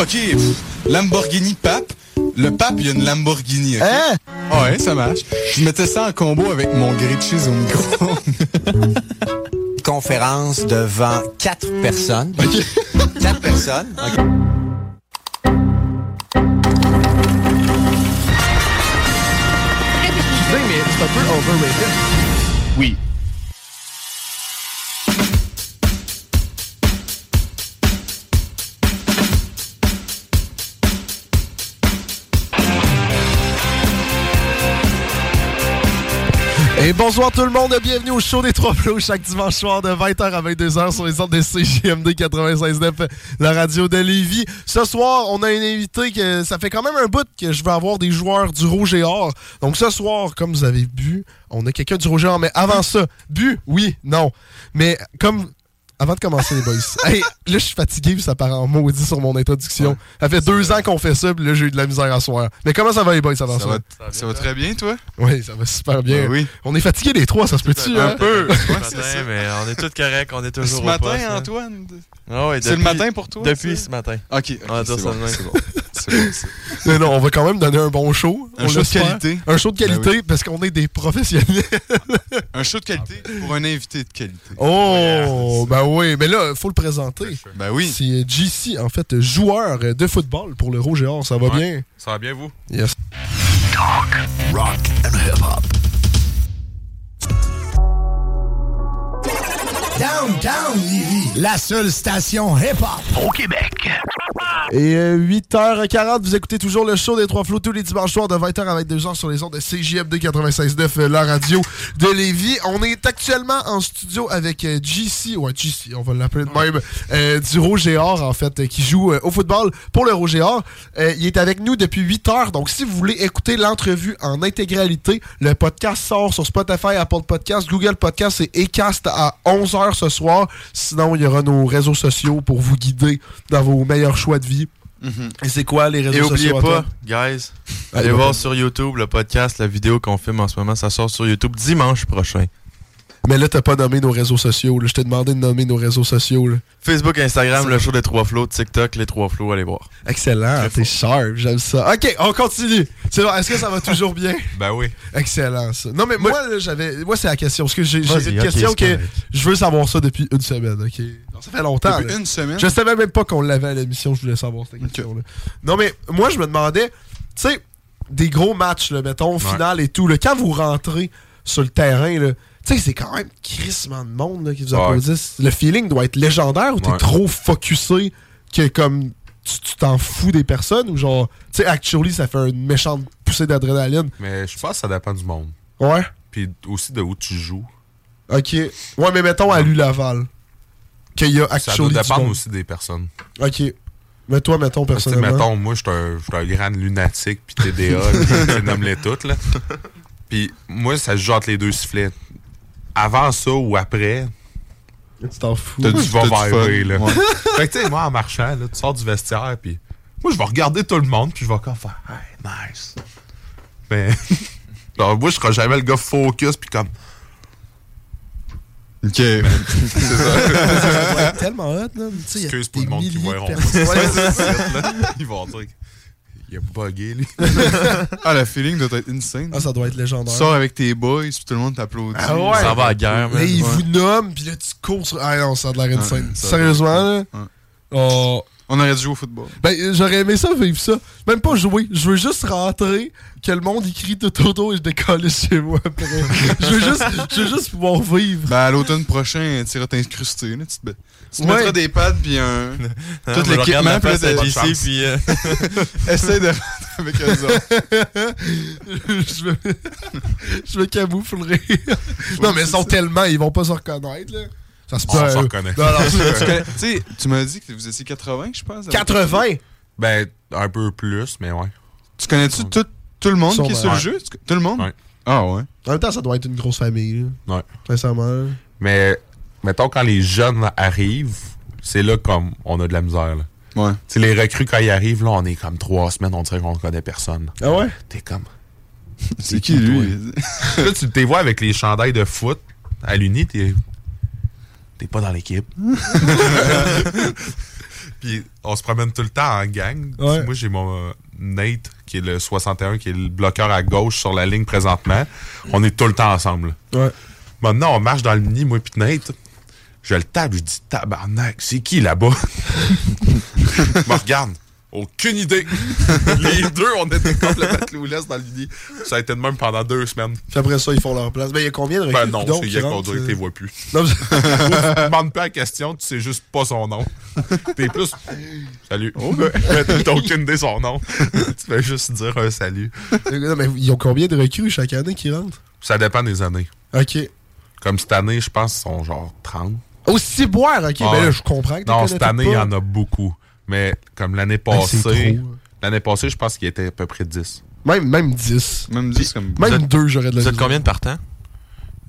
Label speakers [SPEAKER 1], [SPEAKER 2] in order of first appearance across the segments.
[SPEAKER 1] Ok, pff, Lamborghini Pape. Le Pape, il y a une Lamborghini. ok? Ah
[SPEAKER 2] Hein?
[SPEAKER 1] Ouais, ça marche. Je mettais ça en combo avec mon grilled cheese au micro.
[SPEAKER 3] conférence devant quatre personnes. quatre personnes.
[SPEAKER 1] oui.
[SPEAKER 2] Et bonsoir tout le monde, bienvenue au show des Trois Flots chaque dimanche soir de 20h à 22h sur les ondes de CGMD 96.9, la radio de Lévis. Ce soir, on a une invitée que ça fait quand même un bout que je vais avoir des joueurs du Rouge et Or. Donc ce soir, comme vous avez bu, on a quelqu'un du Rouge et Or. Mais avant ça, bu, oui, non. Mais comme... Avant de commencer les boys, hey, là je suis fatigué, puis ça part en maudit sur mon introduction. ça fait deux ans qu'on fait ça, puis là j'ai eu de la misère à soir. Mais comment ça va les boys avant
[SPEAKER 1] Ça va, ça va très bien, toi?
[SPEAKER 2] oui, ça va super bien.
[SPEAKER 1] Ben oui.
[SPEAKER 2] On est fatigués les trois, ça se peut-tu?
[SPEAKER 1] Un
[SPEAKER 2] hein?
[SPEAKER 1] peu. Ouais,
[SPEAKER 4] Ce
[SPEAKER 1] c'est
[SPEAKER 4] matin,
[SPEAKER 1] ça.
[SPEAKER 4] mais on est tous corrects, on est toujours
[SPEAKER 1] Ce
[SPEAKER 4] au
[SPEAKER 1] matin,
[SPEAKER 4] poste, hein.
[SPEAKER 1] Antoine.
[SPEAKER 4] Ah ouais,
[SPEAKER 1] C'est le
[SPEAKER 4] depuis-
[SPEAKER 1] matin pour toi?
[SPEAKER 4] Depuis
[SPEAKER 1] ça?
[SPEAKER 4] ce matin.
[SPEAKER 1] Ok, ok,
[SPEAKER 4] On va dire
[SPEAKER 1] c'est
[SPEAKER 4] ça
[SPEAKER 1] bon,
[SPEAKER 4] de même.
[SPEAKER 1] c'est bon. C'est bon, c'est bon.
[SPEAKER 2] Mais non, on va quand même donner un bon show.
[SPEAKER 1] Un
[SPEAKER 2] on
[SPEAKER 1] show de
[SPEAKER 2] l'espère.
[SPEAKER 1] qualité.
[SPEAKER 2] Un show de qualité
[SPEAKER 1] Ben
[SPEAKER 2] parce qu'on est des professionnels.
[SPEAKER 1] Un show de qualité pour un invité de qualité.
[SPEAKER 2] Oh, ben oui, mais là, faut le présenter.
[SPEAKER 1] Ben oui.
[SPEAKER 2] C'est GC, en fait, joueur de football pour le Rouge et Or. Ça va bien?
[SPEAKER 4] Ça va bien, vous?
[SPEAKER 2] Yes.
[SPEAKER 3] Downtown Lévis, la seule station hip-hop.
[SPEAKER 2] Et euh, 8h40, vous écoutez toujours le show des Trois Flots tous les dimanches soirs de 20h à 22h sur les ondes de CJMD 96.9, euh, la radio de Lévis. On est actuellement en studio avec euh, GC, ouais GC, on va l'appeler de même, euh, du Rouge et Or en fait, euh, qui joue euh, au football pour le Rouge et Or. Euh, il est avec nous depuis 8h, donc si vous voulez écouter l'entrevue en intégralité, le podcast sort sur Spotify, Apple Podcast, Google Podcast et Ecast à 11h ce soir. Sinon, il y aura nos réseaux sociaux pour vous guider dans vos meilleurs choix de vie. Et c'est quoi les réseaux
[SPEAKER 4] Mm-hmm. Et oubliez
[SPEAKER 2] sociaux?
[SPEAKER 4] pas,
[SPEAKER 2] Antoine?
[SPEAKER 4] guys,
[SPEAKER 2] Allez,
[SPEAKER 4] allez
[SPEAKER 2] va pas.
[SPEAKER 4] voir sur YouTube le podcast, la vidéo qu'on filme en ce moment. Ça sort sur YouTube dimanche prochain.
[SPEAKER 2] Mais là, t'as pas nommé nos réseaux sociaux. là. Je t'ai demandé de nommer nos réseaux sociaux. là.
[SPEAKER 4] Facebook, Instagram, le show des trois flots, TikTok, les trois flots, allez voir.
[SPEAKER 2] Excellent, t'es sharp, j'aime ça. Ok, on continue. C'est bon, est-ce que ça va toujours bien?
[SPEAKER 4] Ben oui.
[SPEAKER 2] Excellent, ça. Non, mais moi, là, j'avais. Moi, c'est la question. Parce que j'ai j'ai
[SPEAKER 4] Vas-y,
[SPEAKER 2] une
[SPEAKER 4] ok,
[SPEAKER 2] question
[SPEAKER 4] c'est
[SPEAKER 2] que
[SPEAKER 4] correct.
[SPEAKER 2] je veux savoir ça depuis une semaine, ok? Non, ça fait longtemps.
[SPEAKER 1] Depuis
[SPEAKER 2] là.
[SPEAKER 1] une semaine.
[SPEAKER 2] Je savais même pas qu'on l'avait à l'émission, je voulais savoir cette question-là. Non, mais moi, je me demandais, tu sais, des gros matchs, là, mettons, finale et tout, là, quand vous rentrez sur le terrain, là, tu sais, c'est quand même crissement de monde là, qui vous
[SPEAKER 4] Ouais.
[SPEAKER 2] applaudissent. Le feeling doit être légendaire ou t'es
[SPEAKER 4] Ouais.
[SPEAKER 2] trop focusé que comme tu tu t'en fous des personnes ou genre, tu sais, actually, ça fait une méchante poussée d'adrénaline.
[SPEAKER 5] Mais je pense que ça dépend du monde.
[SPEAKER 2] Ouais.
[SPEAKER 5] Puis aussi de où tu joues.
[SPEAKER 2] Ok. Ouais, mais mettons à l'U-Laval. Qu'il y a
[SPEAKER 5] Ça
[SPEAKER 2] actually.
[SPEAKER 5] doit
[SPEAKER 2] du
[SPEAKER 5] dépendre
[SPEAKER 2] monde.
[SPEAKER 5] aussi des personnes.
[SPEAKER 2] Ok. Mais toi, mettons,
[SPEAKER 5] Parce que, tu sais,
[SPEAKER 2] personnellement.
[SPEAKER 5] mettons, moi, je suis un, j'suis un grand lunatique, puis TDA, je nomme-les toutes, là. Puis moi, ça se joue entre les deux sifflets. Avant ça ou après,
[SPEAKER 2] Tu t'en fous.
[SPEAKER 5] t'as du va
[SPEAKER 1] t'as du fun.
[SPEAKER 5] viber, là.
[SPEAKER 1] Ouais.
[SPEAKER 5] Fait que, tu sais, moi, en marchant, là, tu sors du vestiaire, puis moi, je vais regarder tout le monde, puis je vais comme faire « Hey, nice! » Mais, genre, moi, je serai jamais le gars focus, puis comme
[SPEAKER 1] Ok.
[SPEAKER 2] tellement hot, là. Tu sais, il y a
[SPEAKER 5] Excuse pour
[SPEAKER 2] des
[SPEAKER 5] le monde qui
[SPEAKER 2] milliers de
[SPEAKER 5] voit rond.
[SPEAKER 2] personnes. Ouais, c'est ça.
[SPEAKER 5] Ils vont dire Il a bugué, lui.
[SPEAKER 1] Ah, le feeling doit être insane.
[SPEAKER 2] Ah, ça doit être légendaire.
[SPEAKER 1] Tu sors avec tes boys, puis tout le monde t'applaudit.
[SPEAKER 5] Ah ouais?
[SPEAKER 4] Ça va à la guerre, man.
[SPEAKER 2] Mais ils
[SPEAKER 4] Ouais.
[SPEAKER 2] vous nomment, puis là, tu cours sur... Ah non, ça a de l'air insane.
[SPEAKER 1] ouais, ça doit-
[SPEAKER 2] Sérieusement, là?
[SPEAKER 1] Ouais.
[SPEAKER 2] Oh...
[SPEAKER 1] On aurait dû jouer au football.
[SPEAKER 2] Ben, euh, j'aurais aimé ça, vivre ça. Même pas jouer. Je veux juste rentrer, que le monde écrit tout autour et je décolle chez moi après. je, veux juste, je veux juste pouvoir vivre.
[SPEAKER 1] Ben, à l'automne prochain, tu iras t'incruster. là, Tu te, tu te
[SPEAKER 2] Ouais.
[SPEAKER 1] mettras des pads, puis un.
[SPEAKER 4] Hein,
[SPEAKER 1] Tout
[SPEAKER 4] on regarde
[SPEAKER 1] l'équipement,
[SPEAKER 4] la
[SPEAKER 1] puis là,
[SPEAKER 4] face à
[SPEAKER 1] t'as-
[SPEAKER 4] JC, puis, euh,
[SPEAKER 1] Essaye de rentrer avec eux autres.
[SPEAKER 2] je, me... je me camouflerai. non, mais ils sont tellement, ils vont pas se reconnaître, là. Ça se
[SPEAKER 5] On
[SPEAKER 2] peut.
[SPEAKER 5] s'en
[SPEAKER 2] euh,
[SPEAKER 5] reconnaît.
[SPEAKER 2] non, non,
[SPEAKER 1] Tu
[SPEAKER 2] c'est-
[SPEAKER 1] connais- tu sais, tu m'as dit que vous étiez 80, je pense. à
[SPEAKER 2] 80!
[SPEAKER 5] Ben, un peu plus, mais ouais.
[SPEAKER 1] Tu connais-tu tout, tout le monde qui est sur le
[SPEAKER 2] Ouais.
[SPEAKER 1] jeu? Tu- Tout le monde?
[SPEAKER 5] Ouais.
[SPEAKER 1] Ah ouais.
[SPEAKER 2] En même temps, ça doit être une grosse famille, là.
[SPEAKER 5] Ouais.
[SPEAKER 2] Sincèrement. là.
[SPEAKER 5] Mais, mettons, quand les jeunes arrivent, c'est là comme on a de la misère, là.
[SPEAKER 1] Ouais.
[SPEAKER 5] Tu sais, les recrues, quand ils arrivent, là, on est comme trois semaines, on dirait qu'on connaît personne.
[SPEAKER 2] Ah ouais?
[SPEAKER 5] T'es comme.
[SPEAKER 1] C'est qui lui?
[SPEAKER 5] Là, tu t'es vois avec les chandails de foot à l'Uni, t'es. T'es pas dans l'équipe. Puis on se promène tout le temps en gang.
[SPEAKER 2] Ouais.
[SPEAKER 5] Moi, j'ai mon euh, Nate, qui est le 61, qui est le bloqueur à gauche sur la ligne présentement. On est tout le temps ensemble.
[SPEAKER 2] Ouais.
[SPEAKER 5] Maintenant, on marche dans le mini, moi, puis Nate. Je le tape, je dis tabarnak, c'est qui là-bas? me regarde. Aucune idée. Les deux, on était complètement clouless dans le mini. Ça a été de même pendant deux semaines.
[SPEAKER 2] Puis après ça, ils font leur place. Ben, il y a combien de
[SPEAKER 5] Ben
[SPEAKER 2] recrues,
[SPEAKER 5] non,
[SPEAKER 2] donc,
[SPEAKER 5] c'est
[SPEAKER 2] qui
[SPEAKER 5] Yann
[SPEAKER 2] rentrent,
[SPEAKER 5] Condor, tu les
[SPEAKER 2] euh?
[SPEAKER 5] vois plus.
[SPEAKER 2] Non, mais-
[SPEAKER 5] Ou tu te demandes pas la question, tu sais juste pas son nom. T'es plus. Salut. Mais T'as aucune idée de son nom. tu peux juste dire un salut.
[SPEAKER 2] non, mais ils ont combien de recrues chaque année qui rentrent?
[SPEAKER 5] Ça dépend des années.
[SPEAKER 2] Ok.
[SPEAKER 5] Comme cette année, je pense qu'ils sont genre 30.
[SPEAKER 2] Oh, c'est boire, ok.
[SPEAKER 5] Ah
[SPEAKER 2] ben là,
[SPEAKER 5] ouais.
[SPEAKER 2] je comprends que
[SPEAKER 5] Non, cette année, il y en a beaucoup. Mais comme l'année
[SPEAKER 2] c'est
[SPEAKER 5] passée.
[SPEAKER 2] trop.
[SPEAKER 5] L'année passée, je pense qu'il était à peu près 10.
[SPEAKER 2] Même, même 10.
[SPEAKER 1] Même 10 comme.
[SPEAKER 2] Même
[SPEAKER 4] Vous êtes-
[SPEAKER 2] 2, j'aurais de la
[SPEAKER 4] Vous êtes
[SPEAKER 2] misère.
[SPEAKER 4] combien de partants?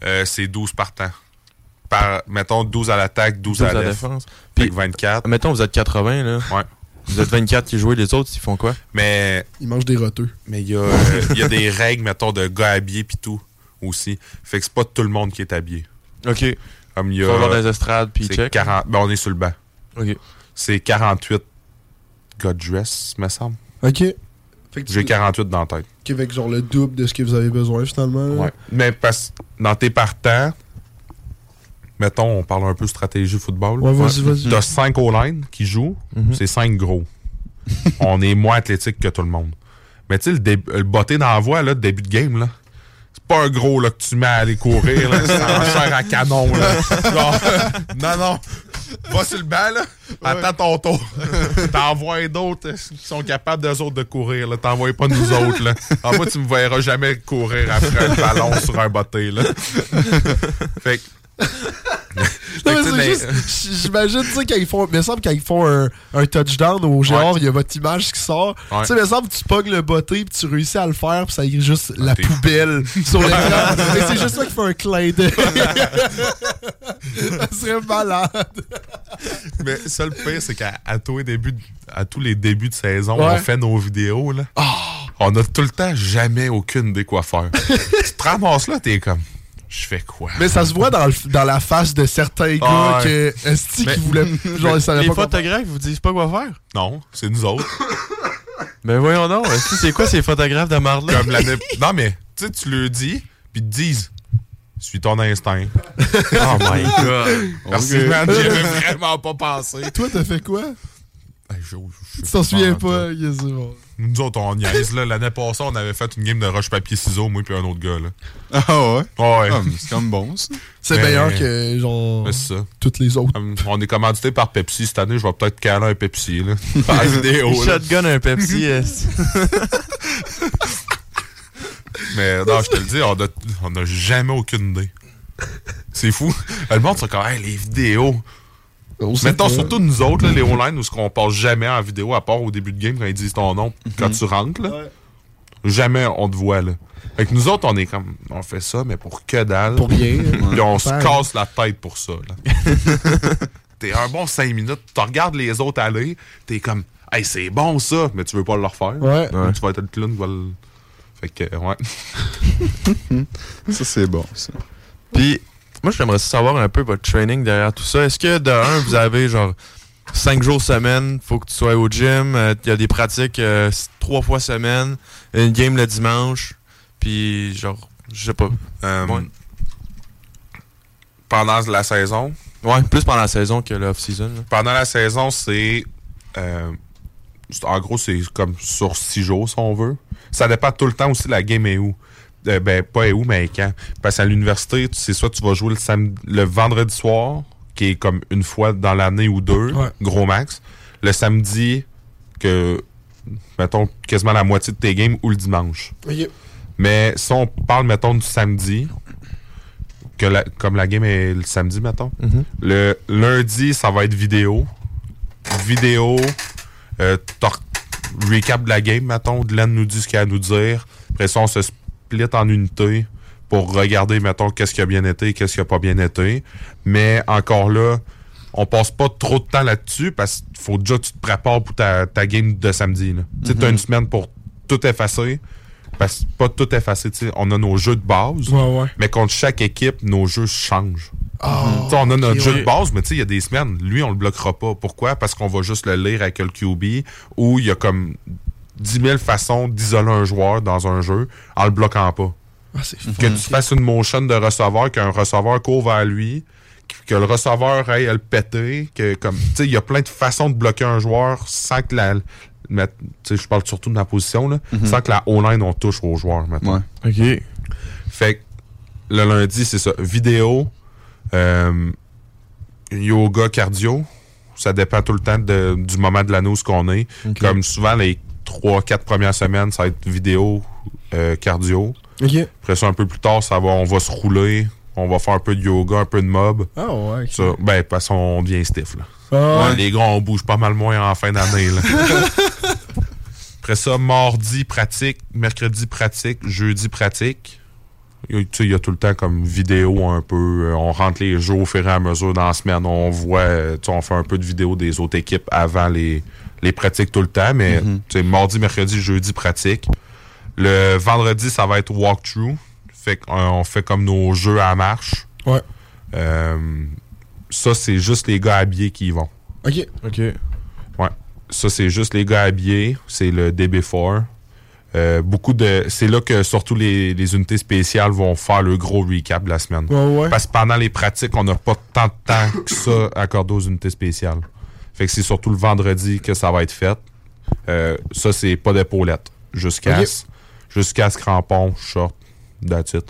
[SPEAKER 5] Euh, c'est 12 partants. Par, mettons 12 à l'attaque, 12,
[SPEAKER 4] 12
[SPEAKER 5] à
[SPEAKER 4] à
[SPEAKER 5] la
[SPEAKER 4] la défense.
[SPEAKER 5] défense. Fait
[SPEAKER 4] Puis,
[SPEAKER 5] que 24.
[SPEAKER 4] mettons, vous êtes 80, là.
[SPEAKER 5] Ouais.
[SPEAKER 4] Vous êtes 24 qui jouez, les autres, ils font quoi?
[SPEAKER 5] Mais
[SPEAKER 2] Il mange des roteux.
[SPEAKER 5] Mais il y, a, euh, il y a des règles, mettons, de gars habillés pis tout aussi. Fait que c'est pas tout le monde qui est habillé.
[SPEAKER 4] OK. Ils
[SPEAKER 5] Comme il y
[SPEAKER 4] vont voir dans
[SPEAKER 5] a.
[SPEAKER 4] les estrades, puis ils
[SPEAKER 5] c'est
[SPEAKER 4] check.
[SPEAKER 5] 40 ben, on est sur le banc.
[SPEAKER 4] OK.
[SPEAKER 5] C'est 48 gars de dress, me semble.
[SPEAKER 2] Ok. Fait que
[SPEAKER 5] J'ai 48 dans la tête.
[SPEAKER 2] tu- avec genre le double de ce que vous avez besoin finalement. là.
[SPEAKER 5] Ouais. Mais parce dans tes partants, mettons, on parle un peu stratégie football.
[SPEAKER 2] Ouais, vas-y, vas-y.
[SPEAKER 5] T'as 5 au line qui jouent, c'est 5 gros. on est moins athlétique que tout le monde. Mais tu sais, le, dé- le botté d'envoi, là, de début de game, là. C'est pas un gros là, que tu mets à aller courir, là, sans chair à canon. Là. Genre, non, non. Va sur le banc, là. Attends ton tour. T'envoies d'autres euh, qui sont capables d'eux autres de courir. là. T'envoies pas nous autres. Là. En moi, tu me verras jamais courir après un ballon sur un botté. Là. fait que.
[SPEAKER 2] Non,
[SPEAKER 5] Fait que,
[SPEAKER 2] mais
[SPEAKER 5] mais-
[SPEAKER 2] c'est juste, j- j'imagine, tu sais, quand ils font. Il me semble, quand ils font un, un touchdown au genre, il y a votre image qui sort.
[SPEAKER 5] Ouais.
[SPEAKER 2] Tu sais, il me semble, tu pognes le botté, puis tu réussis à le faire, puis ça écrit juste la
[SPEAKER 5] t'es-
[SPEAKER 2] poubelle sur l'écran. Et c'est juste ça qui fait un clin d'œil. ça serait malade.
[SPEAKER 5] Mais ça, le pire, c'est qu'à à tous, les débuts de- à tous les débuts de saison,
[SPEAKER 2] Ouais. Ah!
[SPEAKER 5] on fait nos vidéos. Là. On a tout le temps jamais aucune des coiffeurs. tu te ramasses là, t'es comme. Je fais quoi?
[SPEAKER 2] Mais ça se voit dans, le- dans la face de certains gars
[SPEAKER 5] Ah
[SPEAKER 2] que Esti qui voulait. Genre, ils savaient
[SPEAKER 4] Les
[SPEAKER 2] pas.
[SPEAKER 4] photographes, vous disent pas quoi faire?
[SPEAKER 5] Non, c'est nous autres.
[SPEAKER 4] Ben voyons donc. est-ce que C'est quoi ces photographes de marde
[SPEAKER 5] Comme l'année- Non, mais tu sais, tu le dis, puis ils te disent Suis ton instinct. oh my
[SPEAKER 2] Ah,
[SPEAKER 5] god. Merci,
[SPEAKER 1] Ok.
[SPEAKER 5] man. J'y avais vraiment pas pensé.
[SPEAKER 2] comprendre. Toi, t'as fait quoi?
[SPEAKER 5] Hey, je- je-
[SPEAKER 2] Tu t'en souviens
[SPEAKER 5] je-
[SPEAKER 2] pas, yes, c'est bon.
[SPEAKER 5] Nous autres, on niaise. là. L'année passée, on avait fait une game de roche-papier-ciseaux, moi, puis un autre gars. Là.
[SPEAKER 1] Ah ouais.
[SPEAKER 5] Ouais,
[SPEAKER 1] Ah, mais c'est comme bon, ça.
[SPEAKER 2] C'est ben,
[SPEAKER 5] Mais-
[SPEAKER 2] meilleur que, genre,
[SPEAKER 5] mais c'est ça.
[SPEAKER 2] toutes les autres.
[SPEAKER 5] Hum, On est commandité par Pepsi. Cette année, je vais peut-être caler un Pepsi. Là, par vidéo. là.
[SPEAKER 4] Shotgun un Pepsi. est-ce?
[SPEAKER 5] Mais non, je te le dis, on a, on a jamais aucune idée. C'est fou. Le monde, c'est quand même les vidéos.
[SPEAKER 2] Ah,
[SPEAKER 5] Maintenant, surtout nous autres, là, les online, où ce qu'on passe jamais en vidéo, à part au début de game quand ils disent ton nom, quand tu rentres, là, jamais on te voit. Là. Fait que nous autres, on est comme, on fait ça, mais pour que dalle.
[SPEAKER 2] Pour rien.
[SPEAKER 5] Puis on se
[SPEAKER 2] Ouais.
[SPEAKER 5] casse la tête pour ça. là. t'es un bon 5 minutes, tu regardes les autres aller, t'es comme, hey, c'est bon ça, mais tu veux pas le refaire.
[SPEAKER 2] Ouais.
[SPEAKER 5] Là, Tu vas être le clown qui va le. Fait que, ouais.
[SPEAKER 1] Ça, c'est bon, ça.
[SPEAKER 4] Puis, moi, j'aimerais savoir un peu votre training derrière tout ça. Est-ce que, de un, vous avez, genre, 5 jours semaine, faut que tu sois au gym. Il y a des pratiques euh, s- trois fois semaine, une game le dimanche, puis genre, je sais pas.
[SPEAKER 5] Euh,
[SPEAKER 4] Ouais.
[SPEAKER 5] Pendant la saison,
[SPEAKER 4] Ouais, plus pendant la saison que l'off-season. là.
[SPEAKER 5] pendant la saison, c'est. euh, c'est- en gros, c'est comme sur six jours, si on veut. Ça dépend tout le temps aussi de la game est où. Euh, ben, pas est où, mais quand. Parce qu'à l'université, tu- c'est soit tu vas jouer le, samedi, le vendredi soir, qui est comme une fois dans l'année ou deux,
[SPEAKER 6] Ouais.
[SPEAKER 5] gros max. Le samedi, que. Mettons quasiment la moitié de tes games, ou le dimanche.
[SPEAKER 6] Ok.
[SPEAKER 5] Mais si on parle, mettons, du samedi, que la- comme la game est le samedi, mettons, le lundi, ça va être vidéo. Vidéo, euh, tor- recap de la game, mettons. Glenn nous dit ce qu'il a à nous dire. Après ça, on se split en unités pour regarder, mettons, qu'est-ce qui a bien été, qu'est-ce qui a pas bien été. Mais encore là, on passe pas trop de temps là-dessus parce qu'il faut déjà que tu te prépares pour ta, ta game de samedi. là. Tu sais, t'as une semaine pour tout effacer. Parce que pas tout effacer, tu sais. On a nos jeux de base.
[SPEAKER 6] Ouais, ouais.
[SPEAKER 5] Mais contre chaque équipe, nos jeux changent.
[SPEAKER 6] Ah,
[SPEAKER 5] Tu sais, on a notre jeu de base, mais tu sais, il y a des semaines, lui, on le bloquera pas. Pourquoi? Parce qu'on va juste le lire avec le QB, où il y a comme 10 000 façons d'isoler un joueur dans un jeu en le bloquant pas.
[SPEAKER 6] Ah, c'est fou.
[SPEAKER 5] Que tu fasses une motion de receveur, qu'un receveur court vers lui, que- que le receveur aille à le péter, que comme, tu sais, il y a plein de façons de bloquer un joueur sans que la, la- tu sais, je parle surtout de ma position, là, sans que la O-line, on touche au joueur, maintenant.
[SPEAKER 3] Ouais.
[SPEAKER 6] Ok.
[SPEAKER 5] Fait que le lundi, c'est ça. Vidéo, euh, yoga, cardio. Ça dépend tout le temps de- du moment de l'année où ce qu'on est. Comme souvent, les 3-4 premières semaines, ça va être vidéo, euh, cardio.
[SPEAKER 6] Ok.
[SPEAKER 5] Après ça, un peu plus tard, ça va, on va se rouler. On va faire un peu de yoga, un peu de mob.
[SPEAKER 6] Ah, ouais. ok.
[SPEAKER 5] Ça, ben, parce qu'on devient stiff, là.
[SPEAKER 6] Ah,
[SPEAKER 5] Ouais, les gars, on bouge pas mal moins en fin d'année. là. Après ça, mardi, pratique. Mercredi, pratique. Jeudi, pratique. Il y a- Tu sais, il y a tout le temps comme vidéo un peu. euh, On rentre les jours au fur et à mesure dans la semaine. On voit, euh, tu sais, on fait un peu de vidéo des autres équipes avant les, les pratiques tout le temps. Mais tu sais, mardi, mercredi, jeudi, pratique. Le vendredi, ça va être walkthrough. Fait qu'on on fait comme nos jeux à marche.
[SPEAKER 6] Ouais.
[SPEAKER 5] Euh, ça, c'est juste les gars habillés qui y vont.
[SPEAKER 6] Ok.
[SPEAKER 4] Ok.
[SPEAKER 5] Ouais. Ça, c'est juste les gars habillés. C'est le DB4. Euh, beaucoup de. C'est là que surtout les, les unités spéciales vont faire le gros recap de la semaine.
[SPEAKER 6] Ouais, ouais.
[SPEAKER 5] Parce que pendant les pratiques, on n'a pas tant de temps que ça accordé aux unités spéciales. Fait que c'est surtout le vendredi que ça va être fait. Euh, ça, c'est pas d'épaulette. Jusqu'à
[SPEAKER 6] Ok.
[SPEAKER 5] ce- jusqu'à ce crampon, short, that's it.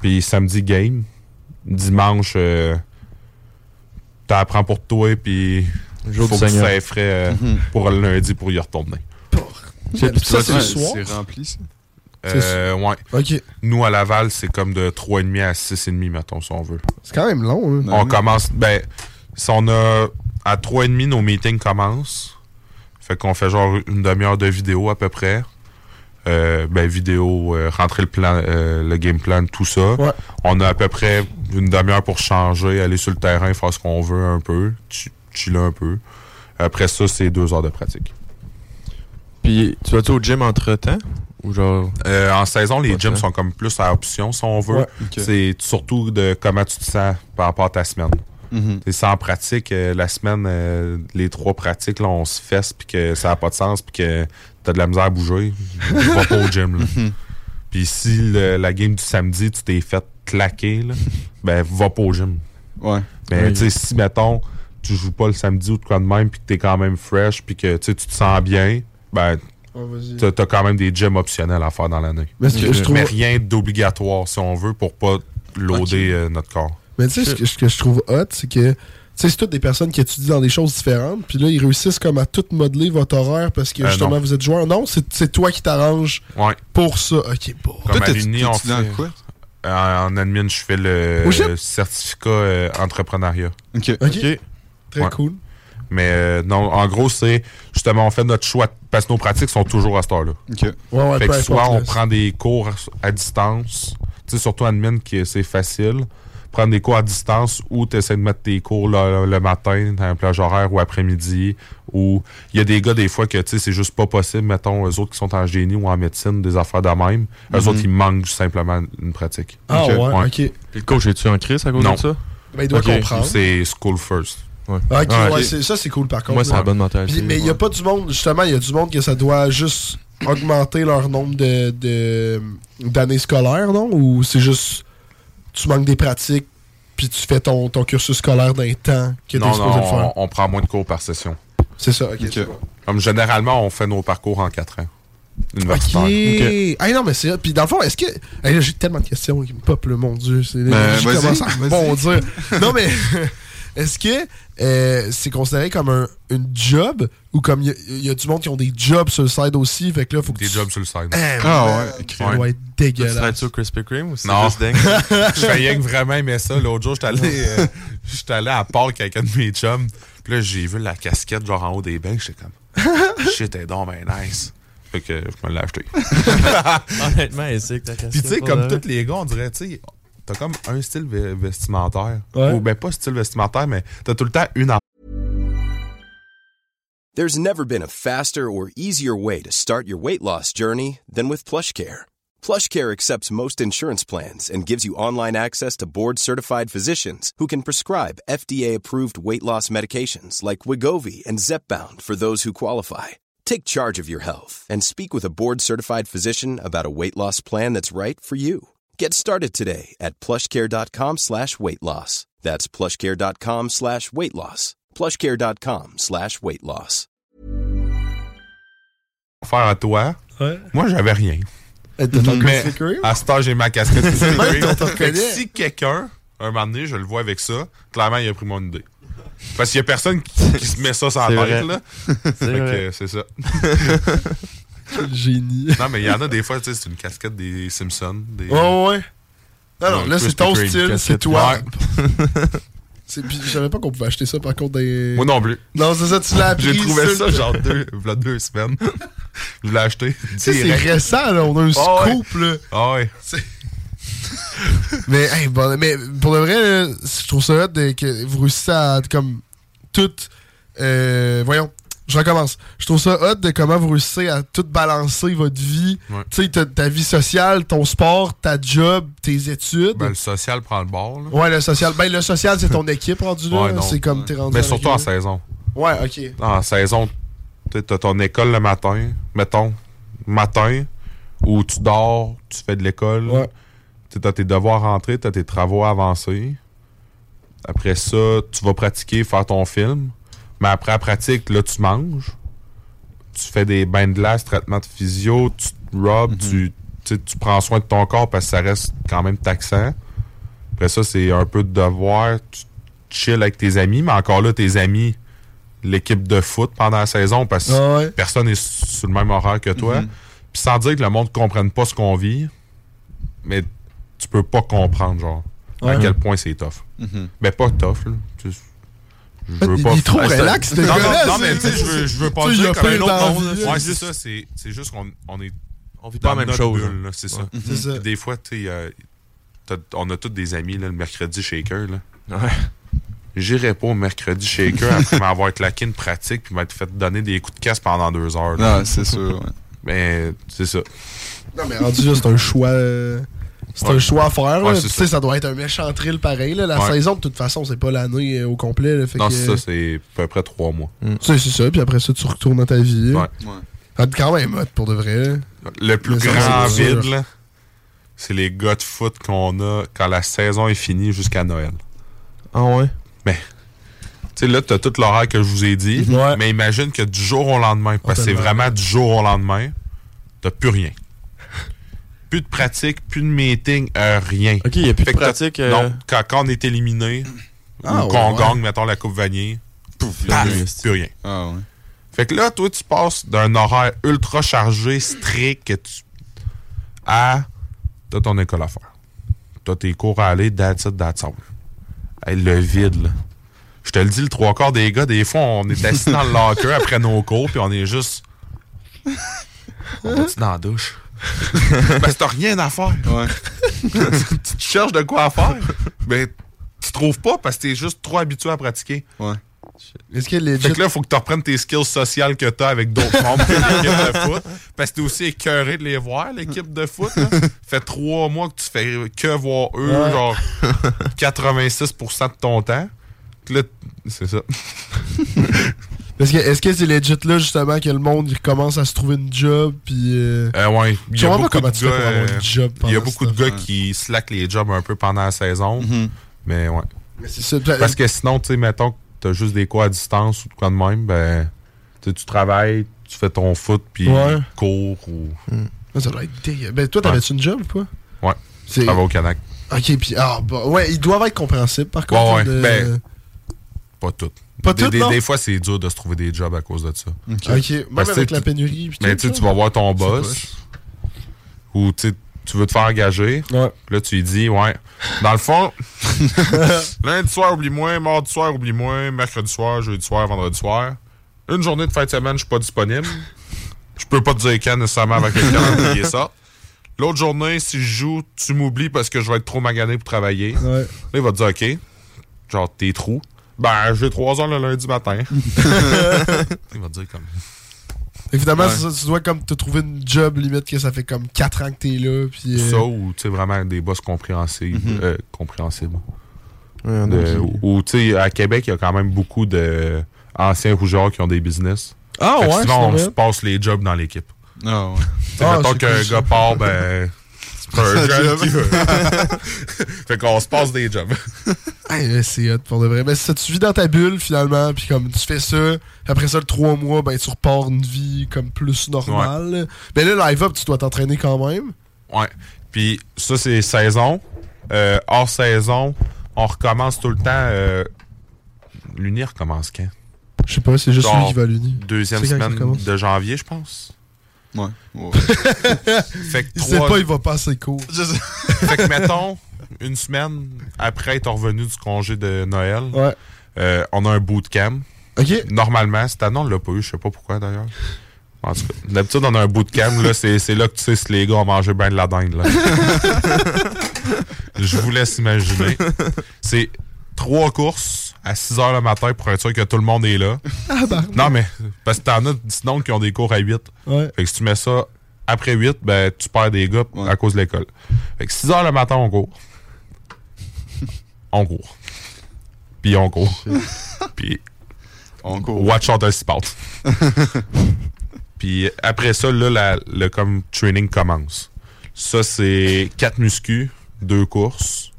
[SPEAKER 5] Puis samedi, game. Dimanche, euh, t'apprends pour toi, puis
[SPEAKER 4] Jour
[SPEAKER 5] faut
[SPEAKER 4] du
[SPEAKER 5] que tu
[SPEAKER 4] Seigneur. Mhm.
[SPEAKER 5] sois frais euh, pour le lundi pour y retourner.
[SPEAKER 6] Ça, Ben, c'est le soir.
[SPEAKER 1] C'est rempli, ça.
[SPEAKER 5] Euh, ouais.
[SPEAKER 6] Ok.
[SPEAKER 5] Nous, à Laval, c'est comme de 3,5 à 6,5, mettons, si on veut.
[SPEAKER 2] C'est quand même long, hein.
[SPEAKER 5] On commence. Ben, si on a. À 3,5, nos meetings commencent. Fait qu'on fait genre une demi-heure de vidéo à peu près. Euh, ben, vidéo, euh, rentrer le plan, euh, le game plan, tout ça.
[SPEAKER 6] Ouais.
[SPEAKER 5] On a à peu près une demi-heure pour changer, aller sur le terrain, faire ce qu'on veut un peu, chi- chiller un peu. Après ça, c'est deux heures de pratique.
[SPEAKER 4] Puis tu vas-tu au gym entre temps Ou genre.
[SPEAKER 5] Euh, en saison, les
[SPEAKER 4] Pas de
[SPEAKER 5] gyms
[SPEAKER 4] temps.
[SPEAKER 5] sont comme plus à option, si on veut.
[SPEAKER 6] Ouais,
[SPEAKER 5] C'est surtout de comment tu te sens par rapport à ta semaine.
[SPEAKER 4] Mhm.
[SPEAKER 5] C'est sans pratique, euh, la semaine, euh, les trois pratiques, là, on se fesse puis que ça n'a pas de sens puis que t'as de la misère à bouger, va pas au gym. là.
[SPEAKER 4] Mhm.
[SPEAKER 5] Puis si le- la game du samedi, tu t'es fait claquer, là, ben va pas au gym.
[SPEAKER 3] Ouais.
[SPEAKER 5] Mais
[SPEAKER 4] Oui.
[SPEAKER 5] tu sais, si mettons, tu joues pas le samedi ou de quoi de même puis que t'es quand même fresh puis que tu sais, tu te sens bien, ben
[SPEAKER 6] Ouais, Ah, vas-y.
[SPEAKER 5] t'as t'as quand même des gyms optionnels à faire dans l'année.
[SPEAKER 2] Mais ce que je trouve
[SPEAKER 5] Mais rien d'obligatoire, si on veut, pour pas loader euh, notre corps.
[SPEAKER 2] Mais tu sais, ce que, ce que je trouve hot, c'est que tu sais, c'est toutes des personnes qui étudient dans des choses différentes. Puis là, ils réussissent comme à tout modeler votre horaire parce que
[SPEAKER 5] Euh,
[SPEAKER 2] justement,
[SPEAKER 5] non.
[SPEAKER 2] vous êtes joueur. Non, c'est c'est toi qui t'arranges
[SPEAKER 5] Ouais.
[SPEAKER 2] pour ça. Ok, bon.
[SPEAKER 1] Toi,
[SPEAKER 5] Comme à
[SPEAKER 1] t'es- t'es-tu
[SPEAKER 5] l'Uni, on
[SPEAKER 1] dans
[SPEAKER 5] fait-
[SPEAKER 1] quoi?
[SPEAKER 5] Euh, en, en admin, je fais le
[SPEAKER 2] Oh shit.
[SPEAKER 5] euh, certificat euh, entrepreneuriat.
[SPEAKER 1] OK.
[SPEAKER 2] Ok,
[SPEAKER 4] Ok.
[SPEAKER 2] très
[SPEAKER 5] Ouais.
[SPEAKER 2] cool.
[SPEAKER 5] Mais euh, non, en gros, c'est justement, on fait notre choix de- parce que nos pratiques sont toujours à cette heure-là.
[SPEAKER 1] OK.
[SPEAKER 2] Ouais, ouais,
[SPEAKER 5] Fait
[SPEAKER 2] peu
[SPEAKER 5] que soit
[SPEAKER 2] importe,
[SPEAKER 5] on
[SPEAKER 2] là.
[SPEAKER 5] prend des cours à, à distance, tu sais, surtout admin, qui c'est facile. Prendre des cours à distance ou tu de mettre tes cours le, le matin, dans un plage horaire ou après-midi. Ou il y a des gars, des fois, que tu sais, c'est juste pas possible. Mettons, eux autres qui sont en génie ou en médecine, des affaires de même. Eux autres, ils manquent simplement une pratique.
[SPEAKER 6] Ah,
[SPEAKER 5] Ok.
[SPEAKER 6] ouais, ok.
[SPEAKER 4] Puis le coach, es-tu en crise à cause
[SPEAKER 5] Non.
[SPEAKER 4] de ça
[SPEAKER 2] Ben, il doit
[SPEAKER 4] Ok.
[SPEAKER 2] comprendre.
[SPEAKER 5] C'est school first.
[SPEAKER 4] Ouais.
[SPEAKER 2] Ah, ok,
[SPEAKER 4] Ouais.
[SPEAKER 2] ouais, c'est- ça c'est cool par contre.
[SPEAKER 4] Moi, c'est la
[SPEAKER 2] Ouais.
[SPEAKER 4] bonne mentalité.
[SPEAKER 2] Puis- mais il n'y a pas du monde, justement, il y a du monde que ça doit juste augmenter leur nombre de, de- d'années scolaires, non? Ou c'est juste tu manques des pratiques puis tu fais ton, ton cursus scolaire d'un temps que tu es
[SPEAKER 5] Non,
[SPEAKER 2] supposé le
[SPEAKER 5] non,
[SPEAKER 2] faire.
[SPEAKER 5] on, on prend moins de cours par session.
[SPEAKER 2] C'est ça, ok. c'est bon.
[SPEAKER 5] Comme généralement, on fait nos parcours en 4 ans. Universitaire.
[SPEAKER 2] Ok. Ah non, mais c'est ça. Puis dans le fond, est-ce que. Ah, là, j'ai tellement de questions qui me popent, le mon Dieu. C'est...
[SPEAKER 1] Ben,
[SPEAKER 2] je
[SPEAKER 1] vas-y,
[SPEAKER 2] commence à
[SPEAKER 1] vas-y.
[SPEAKER 2] rebondir. non, mais est-ce que euh, c'est considéré comme un une job ou comme il y a- il y, a du monde qui ont des jobs sur le side aussi? Fait que là, faut que
[SPEAKER 5] Des
[SPEAKER 2] tu-
[SPEAKER 5] jobs sur le side.
[SPEAKER 2] Eh,
[SPEAKER 1] Ah ouais,
[SPEAKER 2] man, Ça doit être
[SPEAKER 4] Tu travailles
[SPEAKER 2] dégueulasse.
[SPEAKER 4] sur Krispy Kreme ou c'est
[SPEAKER 5] Non.
[SPEAKER 4] juste dingue?
[SPEAKER 5] je faisais que vraiment aimer ça. L'autre jour, j'étais allé, euh, j'étais allé à Parc avec un de mes chums. Puis là, j'ai vu la casquette, genre en haut des bains. J'étais comme, shit, elle est donc ben nice. Fait que je me l'ai acheté.
[SPEAKER 3] Honnêtement, c'est que t'as cassé.
[SPEAKER 5] Puis tu sais,
[SPEAKER 3] pas,
[SPEAKER 5] comme
[SPEAKER 3] hein?
[SPEAKER 5] tous les gars, on dirait, tu sais, t'as comme un style ve- vestimentaire.
[SPEAKER 2] Ouais.
[SPEAKER 5] Ou ben pas style vestimentaire, mais t'as tout le temps une
[SPEAKER 7] There's never been a faster or easier way to start your weight loss journey than with PlushCare. PlushCare accepts most insurance plans and gives you online access to board-certified physicians who can prescribe FDA-approved weight loss medications like Wigovi and Zepbound for those who qualify. Take charge of your health and speak with a board-certified physician about a weight loss plan that's right for you. Get started today at plushcare.com slash weight loss. That's plushcare.com slash weight loss. Plushcare.com slash weight loss.
[SPEAKER 5] affaire à toi.
[SPEAKER 2] Ouais.
[SPEAKER 5] Moi, j'avais rien.
[SPEAKER 2] Être de ton
[SPEAKER 5] Mm-hmm. Mais Ah.
[SPEAKER 2] Krispy Kreme?
[SPEAKER 5] à ce temps, j'ai ma casquette. Krispy Kreme.
[SPEAKER 2] t'en
[SPEAKER 5] Fait que
[SPEAKER 2] reconnais.
[SPEAKER 5] si quelqu'un, un moment donné, je le vois avec ça, clairement, il a pris mon idée. Parce qu'il y a personne qui, qui se met ça sur
[SPEAKER 4] C'est
[SPEAKER 5] la
[SPEAKER 4] vrai.
[SPEAKER 5] tête, là.
[SPEAKER 3] C'est
[SPEAKER 5] Fait que,
[SPEAKER 3] vrai.
[SPEAKER 5] euh, c'est ça.
[SPEAKER 2] Génie.
[SPEAKER 5] Non, mais il y en a des fois, tu sais, c'est une casquette des Simpsons. Des...
[SPEAKER 2] Ouais, ouais, ouais. Non, non,
[SPEAKER 5] Ouais,
[SPEAKER 2] là, c'est
[SPEAKER 5] Krispy
[SPEAKER 2] ton
[SPEAKER 5] Kreme,
[SPEAKER 2] style, c'est
[SPEAKER 5] casquette.
[SPEAKER 2] toi.
[SPEAKER 5] Ouais.
[SPEAKER 2] C'est- Puis je savais pas qu'on pouvait acheter ça, par contre, des.
[SPEAKER 5] Moi non plus.
[SPEAKER 2] Non, c'est ça, tu l'as appris.
[SPEAKER 5] J'ai trouvé
[SPEAKER 2] sur-
[SPEAKER 5] ça, genre, deux, voilà deux semaines. je l'ai acheté.
[SPEAKER 2] Tu sais, c'est
[SPEAKER 5] direct.
[SPEAKER 2] récent, là. On a un
[SPEAKER 5] Ah ouais.
[SPEAKER 2] scoop, là.
[SPEAKER 5] Ah ouais.
[SPEAKER 2] Mais, hey, bon, mais pour le vrai, là, je trouve ça hot de- que vous réussissez à comme tout. euh, voyons, je recommence. Je trouve ça hot de comment vous réussissez à tout balancer votre vie.
[SPEAKER 5] Ouais.
[SPEAKER 2] Tu sais, ta, ta vie sociale, ton sport, ta job, tes études.
[SPEAKER 5] Ben, le social prend le bord, là.
[SPEAKER 2] ouais, le social. Ben, le social, c'est ton équipe rendu là.
[SPEAKER 5] Ouais,
[SPEAKER 2] là.
[SPEAKER 5] non.
[SPEAKER 2] c'est comme t'es rendu
[SPEAKER 5] Mais
[SPEAKER 2] avec
[SPEAKER 5] surtout
[SPEAKER 2] eux.
[SPEAKER 5] en saison.
[SPEAKER 2] Ouais, ok.
[SPEAKER 5] en saison, tu sais, t'as ton école le matin, mettons, matin, où tu dors, tu fais de l'école.
[SPEAKER 2] Ouais.
[SPEAKER 5] Tu as tes devoirs rentrés, tu as tes travaux avancés. Après ça, tu vas pratiquer, faire ton film. Mais après la pratique, là, tu manges. Tu fais des bains de glace, traitement de physio, tu te robes,
[SPEAKER 2] Mm-hmm.
[SPEAKER 5] tu, tu sais, tu prends soin de ton corps parce que ça reste quand même taxant. Après ça, c'est un peu de devoir. Tu chill avec tes amis, mais encore là, tes amis, l'équipe de foot pendant la saison, parce que
[SPEAKER 2] Ah ouais. Mm-hmm.
[SPEAKER 5] personne n'est sur le même horaire que toi. Puis sans dire que le monde ne comprenne pas ce qu'on vit, mais tu peux pas comprendre, genre, à
[SPEAKER 2] Ouais.
[SPEAKER 5] quel point c'est tough.
[SPEAKER 4] Mm-hmm.
[SPEAKER 5] Mais pas tough, là. Tu- Je veux
[SPEAKER 2] Il,
[SPEAKER 5] pas.
[SPEAKER 2] il est trop
[SPEAKER 5] Ah, c'est-
[SPEAKER 2] relax, ce
[SPEAKER 5] non, non,
[SPEAKER 2] gars-là,
[SPEAKER 5] non, mais
[SPEAKER 2] c'est-
[SPEAKER 5] tu sais, je veux, je veux pas
[SPEAKER 2] Tu sais, il
[SPEAKER 5] dire
[SPEAKER 2] a
[SPEAKER 5] comme un
[SPEAKER 2] plein
[SPEAKER 5] autre
[SPEAKER 2] d'envie,
[SPEAKER 5] monde.
[SPEAKER 2] là.
[SPEAKER 5] Ouais, c'est ça, c'est c'est juste qu'on on est
[SPEAKER 4] On vit
[SPEAKER 5] dans
[SPEAKER 4] pas la même
[SPEAKER 5] notre
[SPEAKER 4] chose. hein. Mm-hmm.
[SPEAKER 5] bulle, là, c'est ça.
[SPEAKER 2] C'est ça.
[SPEAKER 5] Puis Des fois, tu sais, euh, t'as- on a tous des amis, là, le mercredi shaker, là.
[SPEAKER 4] Ouais.
[SPEAKER 5] J'irai pas au mercredi shaker après m'avoir claqué une pratique puis m'être fait donner des coups de casse pendant deux heures. là.
[SPEAKER 1] Non, c'est sûr. ouais.
[SPEAKER 5] Mais c'est ça.
[SPEAKER 2] Non, mais rendu là, c'est un choix. euh, C'est un
[SPEAKER 5] Ouais.
[SPEAKER 2] choix à faire.
[SPEAKER 5] Ouais,
[SPEAKER 2] là.
[SPEAKER 5] c'est
[SPEAKER 2] Tu
[SPEAKER 5] ça.
[SPEAKER 2] sais, ça doit être un méchant thrill pareil. Là. La
[SPEAKER 5] Ouais.
[SPEAKER 2] saison, de toute façon, c'est pas l'année euh, au complet. là, fait
[SPEAKER 5] Non,
[SPEAKER 2] que-
[SPEAKER 5] c'est ça, c'est à peu près trois mois.
[SPEAKER 2] Tu sais, c'est ça, puis après ça, tu retournes dans ta vie.
[SPEAKER 5] Ouais.
[SPEAKER 2] Ça doit être quand même hot pour de vrai.
[SPEAKER 5] Le plus
[SPEAKER 2] Mais ça,
[SPEAKER 5] grand
[SPEAKER 2] c'est sûr.
[SPEAKER 5] vide, là, c'est les gars de foot qu'on a quand la saison est finie jusqu'à Noël.
[SPEAKER 4] Ah ouais?
[SPEAKER 5] Tu sais, là, t'as toute l'horaire que je vous ai dit,
[SPEAKER 2] Ouais.
[SPEAKER 5] mais imagine que du jour au lendemain, parce que c'est
[SPEAKER 2] tellement.
[SPEAKER 5] vraiment du jour au lendemain, t'as plus rien. plus de pratique, plus de meeting, euh, rien.
[SPEAKER 4] Ok, il n'y a plus
[SPEAKER 5] Fait
[SPEAKER 4] de
[SPEAKER 5] que t'as-
[SPEAKER 4] pratique. euh,
[SPEAKER 5] Donc, quand, quand on est éliminé,
[SPEAKER 1] Ah,
[SPEAKER 5] ou qu'on
[SPEAKER 1] ouais.
[SPEAKER 5] gagne, mettons, la Coupe Vanier,
[SPEAKER 1] Pouf,
[SPEAKER 4] Ah,
[SPEAKER 5] paf,
[SPEAKER 1] oui.
[SPEAKER 5] plus rien.
[SPEAKER 1] Ah ouais.
[SPEAKER 5] Fait que là, toi, tu passes d'un horaire ultra chargé, strict, que tu... à. T'as ton école à faire. T'as tes cours à aller, that's it, that's all. Hey, le vide, là. Je te le dis, le trois quarts des gars, des fois, on est assis dans le locker après nos cours, puis on est juste. On va-tu dans la douche? Parce que t'as Ben, rien à faire.
[SPEAKER 1] Ouais.
[SPEAKER 5] Tu te cherches de quoi à faire, mais tu trouves pas parce que t'es juste trop habitué à pratiquer.
[SPEAKER 1] Ouais.
[SPEAKER 2] Est-ce que legit...
[SPEAKER 5] Fait que là, il faut que tu reprennes tes skills sociales que t'as avec d'autres membres de l'équipe de foot. Parce que t'es aussi écœuré de les voir, l'équipe de foot. là. Fait trois mois que tu fais que voir eux,
[SPEAKER 2] Ouais.
[SPEAKER 5] genre 86% de ton temps. Là, c'est ça.
[SPEAKER 2] Parce que- Est-ce que c'est legit là, justement, que le monde il commence à se trouver une job, puis. euh,
[SPEAKER 5] Euh, ouais, il y
[SPEAKER 2] Je comprends
[SPEAKER 5] a
[SPEAKER 2] pas
[SPEAKER 5] beaucoup
[SPEAKER 2] comment
[SPEAKER 5] de
[SPEAKER 2] tu fais pour
[SPEAKER 5] gars,
[SPEAKER 2] avoir une
[SPEAKER 5] euh,
[SPEAKER 2] job
[SPEAKER 5] il y a
[SPEAKER 2] pendant
[SPEAKER 5] beaucoup de
[SPEAKER 2] ce Mm-hmm. temps.
[SPEAKER 5] gars qui slack les jobs un peu pendant la saison. Mais ouais. Parce que sinon, tu sais, mettons que t'as juste des cours à distance ou de quoi de même, ben, tu sais, tu travailles, tu fais ton foot, puis
[SPEAKER 2] Ouais.
[SPEAKER 5] cours ou.
[SPEAKER 2] Ça doit être dégueu. Ben, toi, t'avais-tu une job ou pas?
[SPEAKER 5] Ouais.
[SPEAKER 2] C'est-
[SPEAKER 5] Ça va au Canac.
[SPEAKER 2] Ok, puis. Ah, bah, ouais, ils doivent être compréhensibles, par contre.
[SPEAKER 5] Ouais, ouais.
[SPEAKER 2] de-
[SPEAKER 5] Ben, pas tout.
[SPEAKER 2] Pas
[SPEAKER 5] des,
[SPEAKER 2] toutes,
[SPEAKER 5] des,
[SPEAKER 2] non?
[SPEAKER 5] des fois, c'est dur de se trouver des jobs à cause de ça.
[SPEAKER 2] Ok. Ok, même
[SPEAKER 5] Parce que
[SPEAKER 2] avec
[SPEAKER 5] tu-
[SPEAKER 2] la pénurie, puis
[SPEAKER 5] Mais
[SPEAKER 2] tout
[SPEAKER 5] tu sais,
[SPEAKER 2] ça.
[SPEAKER 5] tu vas voir ton
[SPEAKER 2] C'est
[SPEAKER 5] boss ou tu sais, tu veux te faire engager. Là, tu lui dis, ouais. Dans le fond, lundi soir, oublie-moi. Mardi soir, oublie-moi. Mercredi soir, jeudi soir, vendredi soir. Une journée de fin de semaine, je suis pas disponible. Je peux pas te dire quand nécessairement avec le calendrier ça. L'autre journée, si je joue, tu m'oublies parce que je vais être trop magané pour travailler. Là, il va te dire, OK, genre, tes trous. Ben, j'ai 3 heures le lundi matin. il va te dire comme.
[SPEAKER 2] Évidemment,
[SPEAKER 5] Ouais.
[SPEAKER 2] c'est ça, tu dois comme te trouver une job limite que ça fait comme 4 ans que t'es là. Puis, euh,
[SPEAKER 5] Ça ou tu sais, vraiment des boss compréhensibles. euh, compréhensibles.
[SPEAKER 4] y en a
[SPEAKER 5] De-
[SPEAKER 4] qui-
[SPEAKER 5] ou- Ou tu sais, à Québec, il y a quand même beaucoup d'anciens rougeurs qui ont des business.
[SPEAKER 2] Ah,
[SPEAKER 5] Fait que
[SPEAKER 2] ouais,
[SPEAKER 5] Souvent,
[SPEAKER 2] c'est
[SPEAKER 5] on
[SPEAKER 2] vrai.
[SPEAKER 5] se passe les jobs dans l'équipe.
[SPEAKER 1] Ah ouais.
[SPEAKER 5] Tu sais,
[SPEAKER 1] Ah,
[SPEAKER 5] mettons
[SPEAKER 1] c'est
[SPEAKER 5] qu'un
[SPEAKER 1] cool, ça.
[SPEAKER 5] gars part, ben. C'est
[SPEAKER 1] Ça
[SPEAKER 5] un job
[SPEAKER 1] job.
[SPEAKER 5] qui veut. fait qu'on se passe des jobs.
[SPEAKER 2] Hey, mais c'est hot pour de vrai. Mais ça, tu vis dans ta bulle finalement, puis comme tu fais ça, puis après ça, le trois mois, ben tu repars une vie comme plus normale. Mais là, live up, tu dois t'entraîner quand même.
[SPEAKER 5] Ouais. Puis ça, c'est saison. Euh, hors saison, on recommence tout le temps. euh, L'Uni recommence quand
[SPEAKER 2] Je sais pas, c'est juste
[SPEAKER 5] Genre,
[SPEAKER 2] lui qui va à l'uni.
[SPEAKER 5] Deuxième
[SPEAKER 2] C'est quand que ça
[SPEAKER 5] semaine
[SPEAKER 2] recommence?
[SPEAKER 5] de janvier, je pense.
[SPEAKER 1] Ouais.
[SPEAKER 5] fait que
[SPEAKER 2] Il sait
[SPEAKER 5] trois-
[SPEAKER 2] pas, il va pas assez court.
[SPEAKER 5] fait que mettons, une semaine après être revenu du congé de Noël, euh, on a un bootcamp. Normalement, cette année, on l'a pas eu, je sais pas pourquoi d'ailleurs. En tout cas, d'habitude, on a un bootcamp, là, c'est, c'est là que tu sais si les gars ont mangé bien de la dinde, là. je vous laisse imaginer. C'est trois courses à 6 h le matin pour être sûr que tout le monde est là.
[SPEAKER 2] Ah, bah.
[SPEAKER 5] Non, mais parce que t'en as sinon qui ont des cours à 8.
[SPEAKER 2] Ouais.
[SPEAKER 5] Fait que si tu mets ça après 8, ben, tu perds des gars à cause de l'école. Fait que 6 heures le matin, on court. on court. Puis on court. Puis.
[SPEAKER 1] On court.
[SPEAKER 5] Watch out, si passe. Puis après ça, là, la- le comme training commence. Ça, c'est 4 muscu, 2 courses,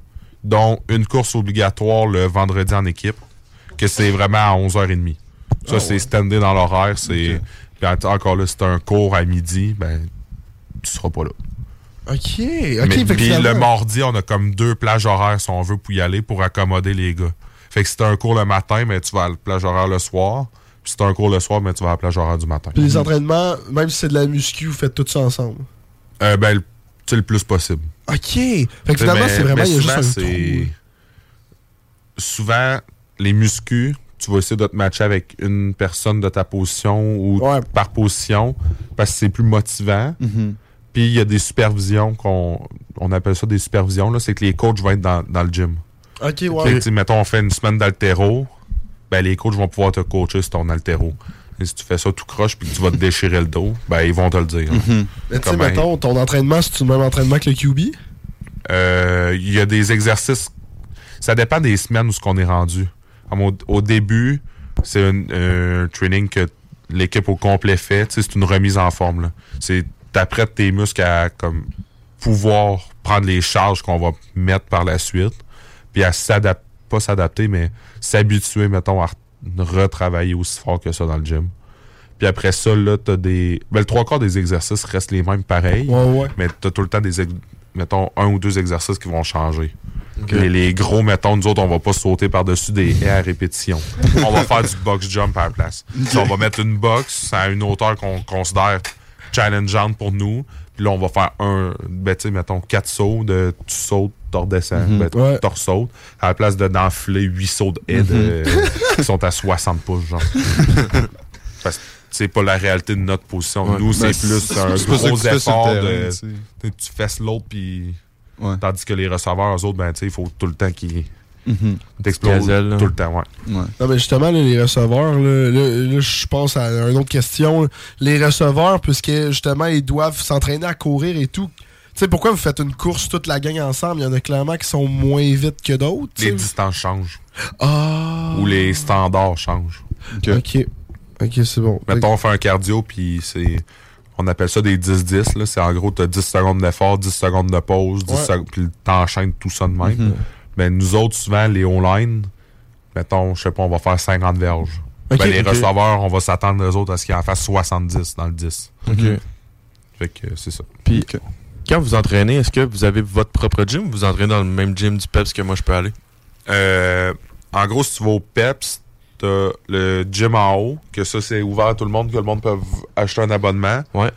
[SPEAKER 5] dont une course obligatoire le vendredi en équipe, que c'est vraiment à 11h30. Ça,
[SPEAKER 4] Ah
[SPEAKER 5] c'est
[SPEAKER 4] ouais.
[SPEAKER 5] standé dans l'horaire. C'est puis en- encore là, c'est un cours à midi, ben, tu seras pas là.
[SPEAKER 2] Ok, ok,
[SPEAKER 5] Mais-
[SPEAKER 2] fait que
[SPEAKER 5] puis le
[SPEAKER 2] finalement-
[SPEAKER 5] mardi, on a comme deux plages horaires si on veut pour y aller pour accommoder les gars. Fait que si t'as un cours le matin, mais tu vas à la plage horaire le soir. Puis si t'as un cours le soir, mais tu vas à la plage horaire du matin.
[SPEAKER 2] Puis les entraînements, même si c'est de la muscu, vous faites tout ça ensemble.
[SPEAKER 5] Euh, ben, le- tu sais, le plus possible.
[SPEAKER 2] Ok. Fait que finalement,
[SPEAKER 5] Mais-
[SPEAKER 2] c'est vraiment,
[SPEAKER 5] mais
[SPEAKER 2] il y a juste
[SPEAKER 5] souvent,
[SPEAKER 2] un
[SPEAKER 5] c'est-
[SPEAKER 2] trou.
[SPEAKER 5] Souvent, les muscus, tu vas essayer de te matcher avec une personne de ta position ou par position parce que c'est plus motivant.
[SPEAKER 2] Mm-hmm.
[SPEAKER 5] Puis il y a des supervisions qu'on on appelle ça des supervisions. là. C'est que les coachs vont être dans, dans le gym.
[SPEAKER 2] Ok, ouais.
[SPEAKER 5] Fait que, tu sais, mettons, on fait une semaine d'altéro, ben, les coachs vont pouvoir te coacher sur ton altéro. Et si tu fais ça tout croche puis que tu vas te déchirer le dos, ben, ils vont te le dire.
[SPEAKER 2] Mais tu sais,
[SPEAKER 5] Comme, ben,
[SPEAKER 2] mettons, ton entraînement, c'est-tu le même entraînement que le QB?
[SPEAKER 5] euh, il y a des exercices. Ça dépend des semaines où ce qu'on est rendu. Comme Au, au début, c'est un, un training que l'équipe au complet fait. Tu sais, C'est une remise en forme. là. C'est t'apprêtes tes muscles à comme pouvoir prendre les charges qu'on va mettre par la suite, puis à s'adapter, pas s'adapter, mais s'habituer, mettons, à retravailler aussi fort que ça dans le gym. Puis après ça, là, t'as des. Ben, le trois quarts des exercices restent les mêmes pareils. Mais t'as tout le temps des. ex- Mettons, un ou deux exercices qui vont changer.
[SPEAKER 4] Ok.
[SPEAKER 5] Les, les gros, mettons, nous autres, on va pas sauter par-dessus des haies à répétition. on va faire du box jump à la place.
[SPEAKER 4] Ok.
[SPEAKER 5] Ça, on va mettre une box à une hauteur qu'on considère challengeante pour nous. Puis là, on va faire un. Ben, tu sais, mettons, quatre sauts de tu sautes, tu redescends,
[SPEAKER 4] Mhm.
[SPEAKER 5] ben, tu
[SPEAKER 4] Ouais.
[SPEAKER 5] ressautes, À la place de d'enfiler huit sauts de haies de-
[SPEAKER 4] Mhm.
[SPEAKER 5] qui sont à 60 pouces, genre. Parce que c'est pas la réalité de notre position.
[SPEAKER 4] Ouais.
[SPEAKER 5] Nous,
[SPEAKER 4] Ben,
[SPEAKER 5] c'est plus
[SPEAKER 4] c'est-
[SPEAKER 5] un
[SPEAKER 4] c'est pas ça que
[SPEAKER 5] gros
[SPEAKER 4] tu fais sur le
[SPEAKER 5] effort
[SPEAKER 4] terrain,
[SPEAKER 5] de.
[SPEAKER 4] tu sais.
[SPEAKER 5] tu sais, Tu fesses l'autre, puis. Tandis que les receveurs, eux autres, ben, tu sais, il faut tout le temps qu'ils.
[SPEAKER 1] Mhm.
[SPEAKER 5] t'explosent
[SPEAKER 1] Gazelle, là.
[SPEAKER 5] tout le temps, ouais.
[SPEAKER 2] Non, mais justement, là, les receveurs, là, là- là, je pense à une autre question. Les receveurs, puisque justement, ils doivent s'entraîner à courir et tout. sais, pourquoi vous faites une course toute la gang ensemble? Il y en a clairement qui sont moins vite que d'autres.
[SPEAKER 5] Les
[SPEAKER 2] tu sais.
[SPEAKER 5] distances changent.
[SPEAKER 2] Ah!
[SPEAKER 5] Ou les standards changent.
[SPEAKER 2] OK. OK, c'est bon.
[SPEAKER 5] Mettons, on fait un cardio, puis c'est. On appelle ça des 10-10. là. C'est en gros, tu as 10 secondes d'effort, 10 secondes de pause, 10
[SPEAKER 2] Ouais.
[SPEAKER 5] secondes, puis t'enchaînes tout ça de même.
[SPEAKER 2] Mhm.
[SPEAKER 5] Ben, nous autres, souvent, les online, mettons, je sais pas, on va faire 50 verges.
[SPEAKER 2] Ok,
[SPEAKER 5] Ben, les
[SPEAKER 2] ok.
[SPEAKER 5] receveurs, on va s'attendre les autres à ce qu'ils en fassent 70 dans le 10.
[SPEAKER 4] Ok.
[SPEAKER 5] Fait que euh, c'est ça.
[SPEAKER 4] Puis, quand vous entraînez, est-ce que vous avez votre propre gym ou vous entraînez dans le même gym du PEPS que moi je peux aller?
[SPEAKER 5] Euh, en gros, si tu vas au PEPS, t'as le gym en haut, que ça, c'est ouvert à tout le monde, que le monde peut acheter un abonnement.
[SPEAKER 4] Ouais.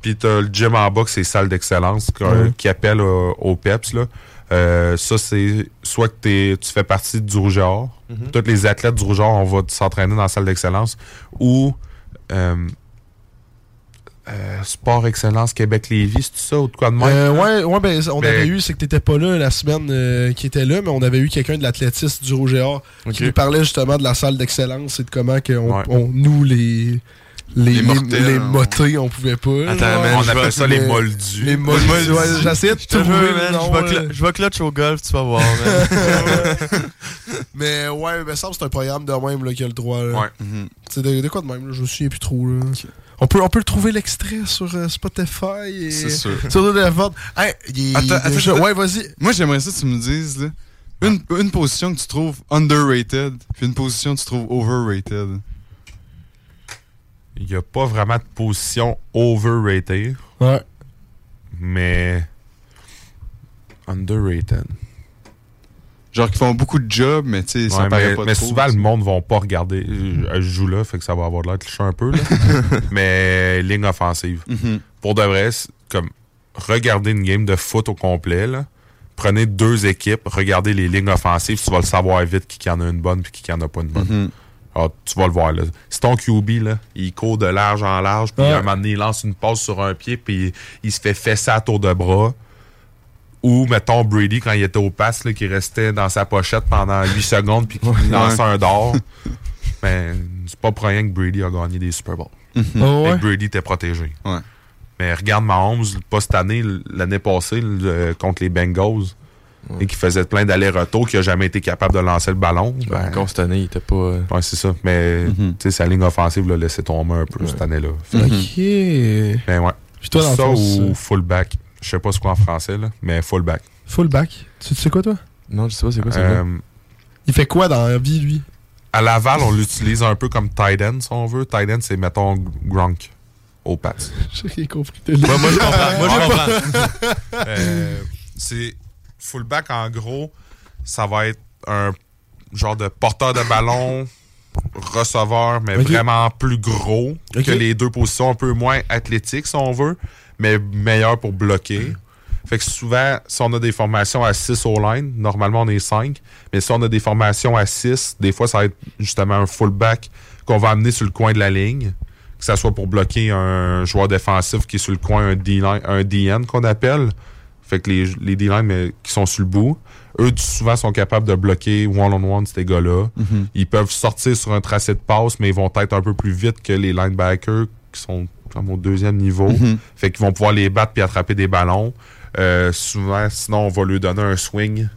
[SPEAKER 5] Puis t'as le gym en bas, que c'est salle d'excellence, que-
[SPEAKER 4] Mhm.
[SPEAKER 5] qui appelle euh, au PEPS, là. Euh, ça, c'est soit que t'es- tu fais partie du Rouge et Or.
[SPEAKER 4] Mhm.
[SPEAKER 5] Tous les athlètes du Rouge et Or, on va s'entraîner dans la salle d'excellence. Ou euh, euh, Sport Excellence Québec-Lévis, c'est ça ou de quoi de même?
[SPEAKER 2] Euh, ouais, ouais, ben, on
[SPEAKER 5] Ben-
[SPEAKER 2] avait eu, c'est que t'étais pas là la semaine euh, qui était là, mais on avait eu quelqu'un de l'athlétiste du Roger Or
[SPEAKER 5] Ok.
[SPEAKER 2] qui nous parlait justement de la salle d'excellence et de comment que on,
[SPEAKER 5] Ouais.
[SPEAKER 2] on- nous, les. Les, les,
[SPEAKER 5] mortels,
[SPEAKER 2] les
[SPEAKER 5] on-
[SPEAKER 2] motés, on pouvait pas. là.
[SPEAKER 4] Attends, man,
[SPEAKER 5] on
[SPEAKER 4] je
[SPEAKER 5] appelle
[SPEAKER 4] vais-
[SPEAKER 5] ça les
[SPEAKER 2] mais-
[SPEAKER 5] moldus.
[SPEAKER 2] Les moldus, ouais, j'essayais de
[SPEAKER 4] Je te
[SPEAKER 2] trouver
[SPEAKER 4] jure,
[SPEAKER 2] le
[SPEAKER 4] man,
[SPEAKER 2] nom,
[SPEAKER 4] je
[SPEAKER 2] là.
[SPEAKER 4] vais cla- je vais clutch au golf, tu vas voir, man.
[SPEAKER 2] Mais ouais, il me semble que c'est un programme de même là, qui a le droit. là.
[SPEAKER 5] Ouais.
[SPEAKER 2] C'est de, de quoi de même, là, je me souviens plus trop. là. On, peut, on peut le trouver l'extrait sur euh, Spotify. Et...
[SPEAKER 1] C'est sûr.
[SPEAKER 2] Sur la vente. Hey, il-
[SPEAKER 1] Attends,
[SPEAKER 2] il- je-
[SPEAKER 1] attends,
[SPEAKER 2] ouais, vas-y.
[SPEAKER 1] Moi, j'aimerais ça que tu me dises, là, une, une position que tu trouves underrated, puis une position que tu trouves overrated.
[SPEAKER 5] Il n'y a pas vraiment de position overrated,
[SPEAKER 2] Ouais.
[SPEAKER 5] mais underrated.
[SPEAKER 1] Genre, qui font beaucoup de jobs, mais tu sais, ça
[SPEAKER 5] Ouais,
[SPEAKER 1] paraît
[SPEAKER 5] mais
[SPEAKER 1] pas
[SPEAKER 5] mais
[SPEAKER 1] trop. Mhm.
[SPEAKER 5] souvent, le monde ne va pas regarder. Je, je joue là, fait que ça va avoir de l'air cliché un peu. là. mais ligne offensive.
[SPEAKER 1] Mhm.
[SPEAKER 5] Pour de vrai, c'est comme regarder une game de foot au complet, là, prenez deux équipes, regardez les lignes offensives, tu vas le savoir vite qui qui en a une bonne et qui qui en a pas une bonne. Ah, tu vas le voir. Là. Si ton QB, là, il court de large en large, puis
[SPEAKER 2] Ouais.
[SPEAKER 5] à un moment donné, il lance une passe sur un pied, puis il, il se fait fesser à tour de bras. Ou, mettons, Brady, quand il était au pass, là, qui restait dans sa pochette pendant 8 secondes, puis qui lance un d'or. Mais c'est pas pour rien que Brady a gagné des Super Bowls.
[SPEAKER 2] Ah
[SPEAKER 5] Et
[SPEAKER 2] ouais?
[SPEAKER 5] que Brady était protégé.
[SPEAKER 1] Ouais.
[SPEAKER 5] Mais regarde Mahomes, pas cette année, l'année passée, le- euh, contre les Bengals, et qui faisait plein d'allers-retours, qui a jamais été capable de lancer le ballon. Ben,
[SPEAKER 4] Encore cette année, il était pas. euh,
[SPEAKER 5] Ouais, c'est ça. Mais, tu sais, sa ligne offensive l'a laissé tomber un peu cette année-là. Fait que-
[SPEAKER 2] Ok.
[SPEAKER 5] Ben ouais.
[SPEAKER 2] Puis toi, dans le
[SPEAKER 5] ça
[SPEAKER 2] fond,
[SPEAKER 5] ou
[SPEAKER 2] c'est-
[SPEAKER 5] fullback. Je sais pas ce qu'on en français, là, mais fullback.
[SPEAKER 2] Fullback. Tu, tu sais quoi, toi
[SPEAKER 4] Non, je sais pas, c'est quoi ça? là?
[SPEAKER 5] Euh,
[SPEAKER 2] Il fait quoi dans la vie, lui
[SPEAKER 5] à Laval, on l'utilise un peu comme tight end, si on veut. Tight end, c'est, mettons, Gronk au pass.
[SPEAKER 2] J'ai compris. t'es là.
[SPEAKER 4] Moi, moi, je comprends. Moi, je comprends.
[SPEAKER 5] Euh, c'est fullback, en gros, ça va être un genre de porteur de ballon, receveur, mais
[SPEAKER 2] Ok.
[SPEAKER 5] vraiment plus gros
[SPEAKER 2] Ok.
[SPEAKER 5] que les deux positions, un peu moins athlétiques, si on veut, mais meilleur pour bloquer. Fait que souvent, si on a des formations à 6 au line, normalement on est 5, mais si on a des formations à 6, des fois ça va être justement un fullback qu'on va amener sur le coin de la ligne, que ça soit pour bloquer un joueur défensif qui est sur le coin, un D-line, un DN qu'on appelle. Fait que les, les D-line mais qui sont sur le bout, eux du- souvent sont capables de bloquer one-on-one ces gars-là. Ils peuvent sortir sur un tracé de passe, mais ils vont être un peu plus vite que les linebackers qui sont comme au deuxième niveau. Fait qu'ils vont pouvoir les battre puis attraper des ballons. Euh, souvent, sinon, on va lui donner un swing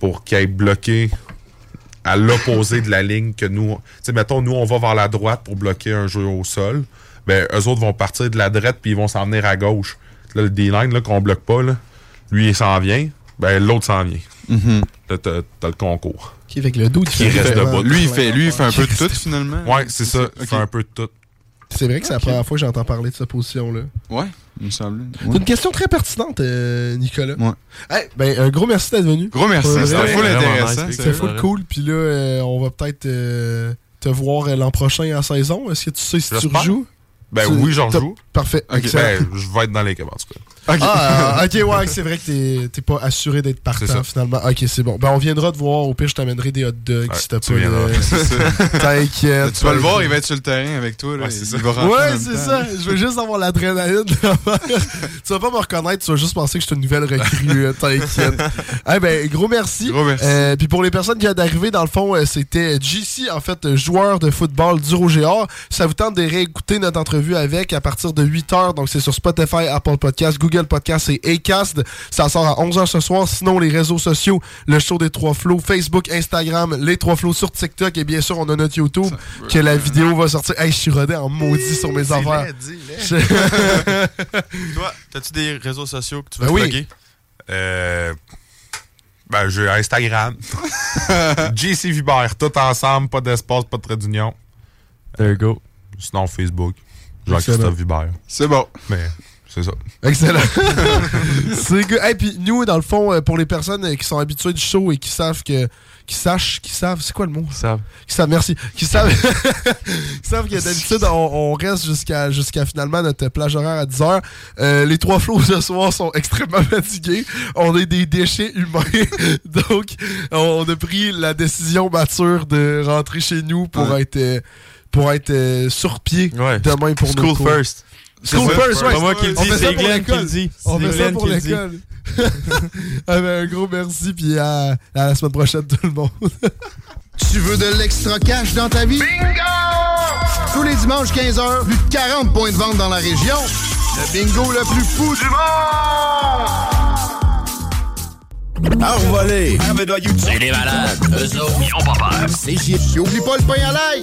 [SPEAKER 5] pour qu'il aille bloquer à l'opposé de la ligne que nous. Tu sais, mettons, nous, on va vers la droite pour bloquer un jeu au sol. Ben, eux autres vont partir de la droite puis ils vont s'en venir à gauche. Là, le D-line là, qu'on bloque pas, là, lui, il s'en vient. Ben, l'autre s'en vient. Là, t'as, t'as le concours.
[SPEAKER 2] Qui fait que le dos,
[SPEAKER 5] Qui reste debout.
[SPEAKER 1] Lui, il fait, lui, il fait un peu de tout, finalement.
[SPEAKER 5] Ouais, c'est ça.
[SPEAKER 1] Ok.
[SPEAKER 5] Fait un peu de tout.
[SPEAKER 2] C'est vrai que c'est la première fois que j'entends parler de cette position-là.
[SPEAKER 1] Ouais, il me semble.
[SPEAKER 2] C'est une question très pertinente, euh, Nicolas.
[SPEAKER 1] Ouais.
[SPEAKER 2] Hey, ben, un gros merci d'être venu.
[SPEAKER 1] Gros merci,
[SPEAKER 2] Ouais,
[SPEAKER 1] c'était
[SPEAKER 2] ouais,
[SPEAKER 1] full
[SPEAKER 4] vraiment
[SPEAKER 1] intéressant.
[SPEAKER 4] nice.
[SPEAKER 2] C'était
[SPEAKER 1] sérieux.
[SPEAKER 2] full cool. Puis là, euh, on va peut-être euh, te voir euh, l'an prochain en saison. Est-ce que tu sais si tu
[SPEAKER 5] J'espère.
[SPEAKER 2] rejoues?
[SPEAKER 5] Ben
[SPEAKER 2] Tu-
[SPEAKER 5] oui, j'en
[SPEAKER 2] t'as-
[SPEAKER 5] joue.
[SPEAKER 2] Parfait.
[SPEAKER 5] Ok,
[SPEAKER 2] Excellent.
[SPEAKER 5] Ben, je vais être dans les commandes, en tout cas.
[SPEAKER 2] Ah, ok, ouais, c'est vrai que t'es- t'es pas assuré d'être
[SPEAKER 5] C'est
[SPEAKER 2] partant
[SPEAKER 5] ça.
[SPEAKER 2] finalement. Ok, c'est bon. Ben, on viendra te voir. Au pire, je t'amènerai des hot dogs
[SPEAKER 5] Ouais,
[SPEAKER 2] si t'as
[SPEAKER 5] tu
[SPEAKER 2] pas.
[SPEAKER 5] viendras.
[SPEAKER 2] de- T'inquiète.
[SPEAKER 1] Tu vas le voir, il va être sur le terrain avec toi. Là,
[SPEAKER 5] Ouais, c'est
[SPEAKER 1] il
[SPEAKER 5] ça.
[SPEAKER 1] va rentrer en
[SPEAKER 2] Ouais,
[SPEAKER 1] même
[SPEAKER 2] c'est
[SPEAKER 1] temps.
[SPEAKER 2] ça. Je veux juste avoir l'adrénaline. tu vas pas me reconnaître, tu vas juste penser que je suis une nouvelle recrue. euh, T'inquiète. Eh ben, gros merci.
[SPEAKER 1] Gros merci.
[SPEAKER 2] Euh, Puis pour les personnes qui viennent d'arriver, dans le fond, euh, c'était JC, en fait, euh, joueur de football du Rouge et Or. Ça vous tente de réécouter notre entrevue avec à partir de de 8h. Donc, c'est sur Spotify, Apple Podcast, Google Podcast et Acast. Ça sort à 11h ce soir. Sinon, les réseaux sociaux, le show des trois flots, Facebook, Instagram, les trois flots sur TikTok. Et bien sûr, on a notre YouTube que la vidéo va sortir. Hey, je suis rodé en maudit sur mes affaires.
[SPEAKER 4] Toi, t'as-tu des réseaux sociaux que tu veux
[SPEAKER 5] Ben oui.
[SPEAKER 4] plugger?
[SPEAKER 5] Euh, ben, j'ai Instagram. JC Vibert, tout ensemble, pas d'espace, pas de trait d'union.
[SPEAKER 4] There you go.
[SPEAKER 5] Sinon, Facebook. Jean-Christophe
[SPEAKER 2] Excellent.
[SPEAKER 5] Vibert.
[SPEAKER 8] C'est bon.
[SPEAKER 5] Mais c'est ça.
[SPEAKER 2] Excellent. c'est good. Hey, puis nous, dans le fond, euh, pour les personnes euh, qui sont habituées du show et qui savent que. Qui sachent, qui savent, c'est quoi le mot? Qui
[SPEAKER 4] savent.
[SPEAKER 2] Qui savent, merci. Qui savent, qui savent que d'habitude, on, on reste jusqu'à jusqu'à finalement notre plage horaire à 10h. les trois flots ce soir sont extrêmement fatigués. On est des déchets humains. Donc, on, on a pris la décision mature de rentrer chez nous pour être, euh, pour être euh, sur pied demain pour nos
[SPEAKER 4] School
[SPEAKER 2] cours.
[SPEAKER 4] first.
[SPEAKER 2] School
[SPEAKER 4] C'est ça.
[SPEAKER 2] first,
[SPEAKER 4] C'est
[SPEAKER 2] ouais.
[SPEAKER 4] pas moi qui le
[SPEAKER 2] On
[SPEAKER 4] dis,
[SPEAKER 2] fait ça
[SPEAKER 4] c'est
[SPEAKER 2] pour
[SPEAKER 4] Glenn qui le
[SPEAKER 2] l'école.
[SPEAKER 4] dit.
[SPEAKER 2] On
[SPEAKER 4] C'est
[SPEAKER 2] fait ça
[SPEAKER 4] Glenn
[SPEAKER 2] pour
[SPEAKER 4] qui le dit.
[SPEAKER 2] l'école. Ah ben, un gros merci, puis à, à la semaine prochaine, tout le monde.
[SPEAKER 9] Tu veux de l'extra cash dans ta vie? Bingo! Tous les dimanches 15h, plus de 40 points de vente dans la région. Le bingo le plus fou du monde!
[SPEAKER 10] Envolé! C'est les malades! Eux autres, ils ont pas peur! C'est
[SPEAKER 9] Et Oublie pas le pain à l'ail!